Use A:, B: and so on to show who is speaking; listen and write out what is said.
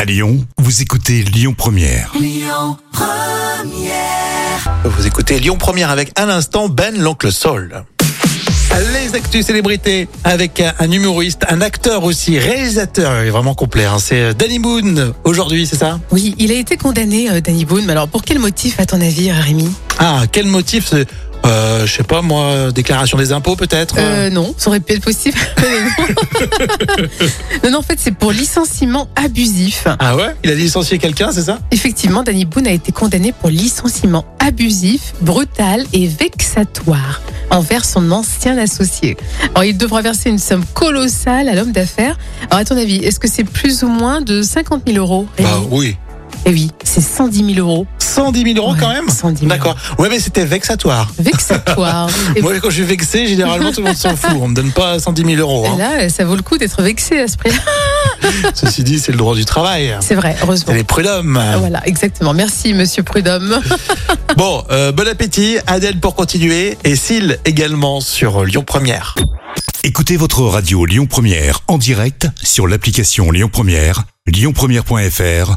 A: À Lyon, vous écoutez Lyon Première.
B: Vous écoutez Lyon Première avec à l'instant Ben l'oncle Sol. Les actus célébrités avec un- un humoriste, un acteur aussi, réalisateur, il est vraiment complet. hein. C'est euh, Danny Boone aujourd'hui, c'est ça
C: Oui, il a été condamné, euh, Danny Boone. Mais alors, pour quel motif, à ton avis, euh, Rémi
B: Ah, quel motif c'est- euh, Je sais pas moi, euh, déclaration des impôts peut-être
C: euh, Non, ça aurait pu être possible. mais non. non, non, en fait, c'est pour licenciement abusif.
B: Ah ouais Il a licencié quelqu'un, c'est ça
C: Effectivement, Danny Boone a été condamné pour licenciement abusif, brutal et vexatoire envers son ancien associé. Alors, il devra verser une somme colossale à l'homme d'affaires. Alors, à ton avis, est-ce que c'est plus ou moins de 50 000 euros Rémi
B: Bah oui.
C: Eh Ben oui, c'est 110 000 euros.
B: 110 000 euros
C: Ouais,
B: Oh, quand même
C: 110 000
B: D'accord. Ouais mais c'était vexatoire.
C: Vexatoire. Et
B: Moi quand je suis vexé, généralement tout le monde s'en fout. On me donne pas 110 000 euros. hein.
C: Là, ça vaut le coup d'être vexé à ce prix-là.
B: Ceci dit, c'est le droit du travail.
C: C'est Ah vrai,
B: C'est
C: heureusement.
B: les prud'hommes.
C: Voilà, exactement. Merci, monsieur Prudhomme.
B: Bon, euh, bon appétit, Adèle pour continuer et Syl également sur Lyon Première.
A: Écoutez votre radio Lyon Première en direct sur l'application Lyon Première, lyonpremière.fr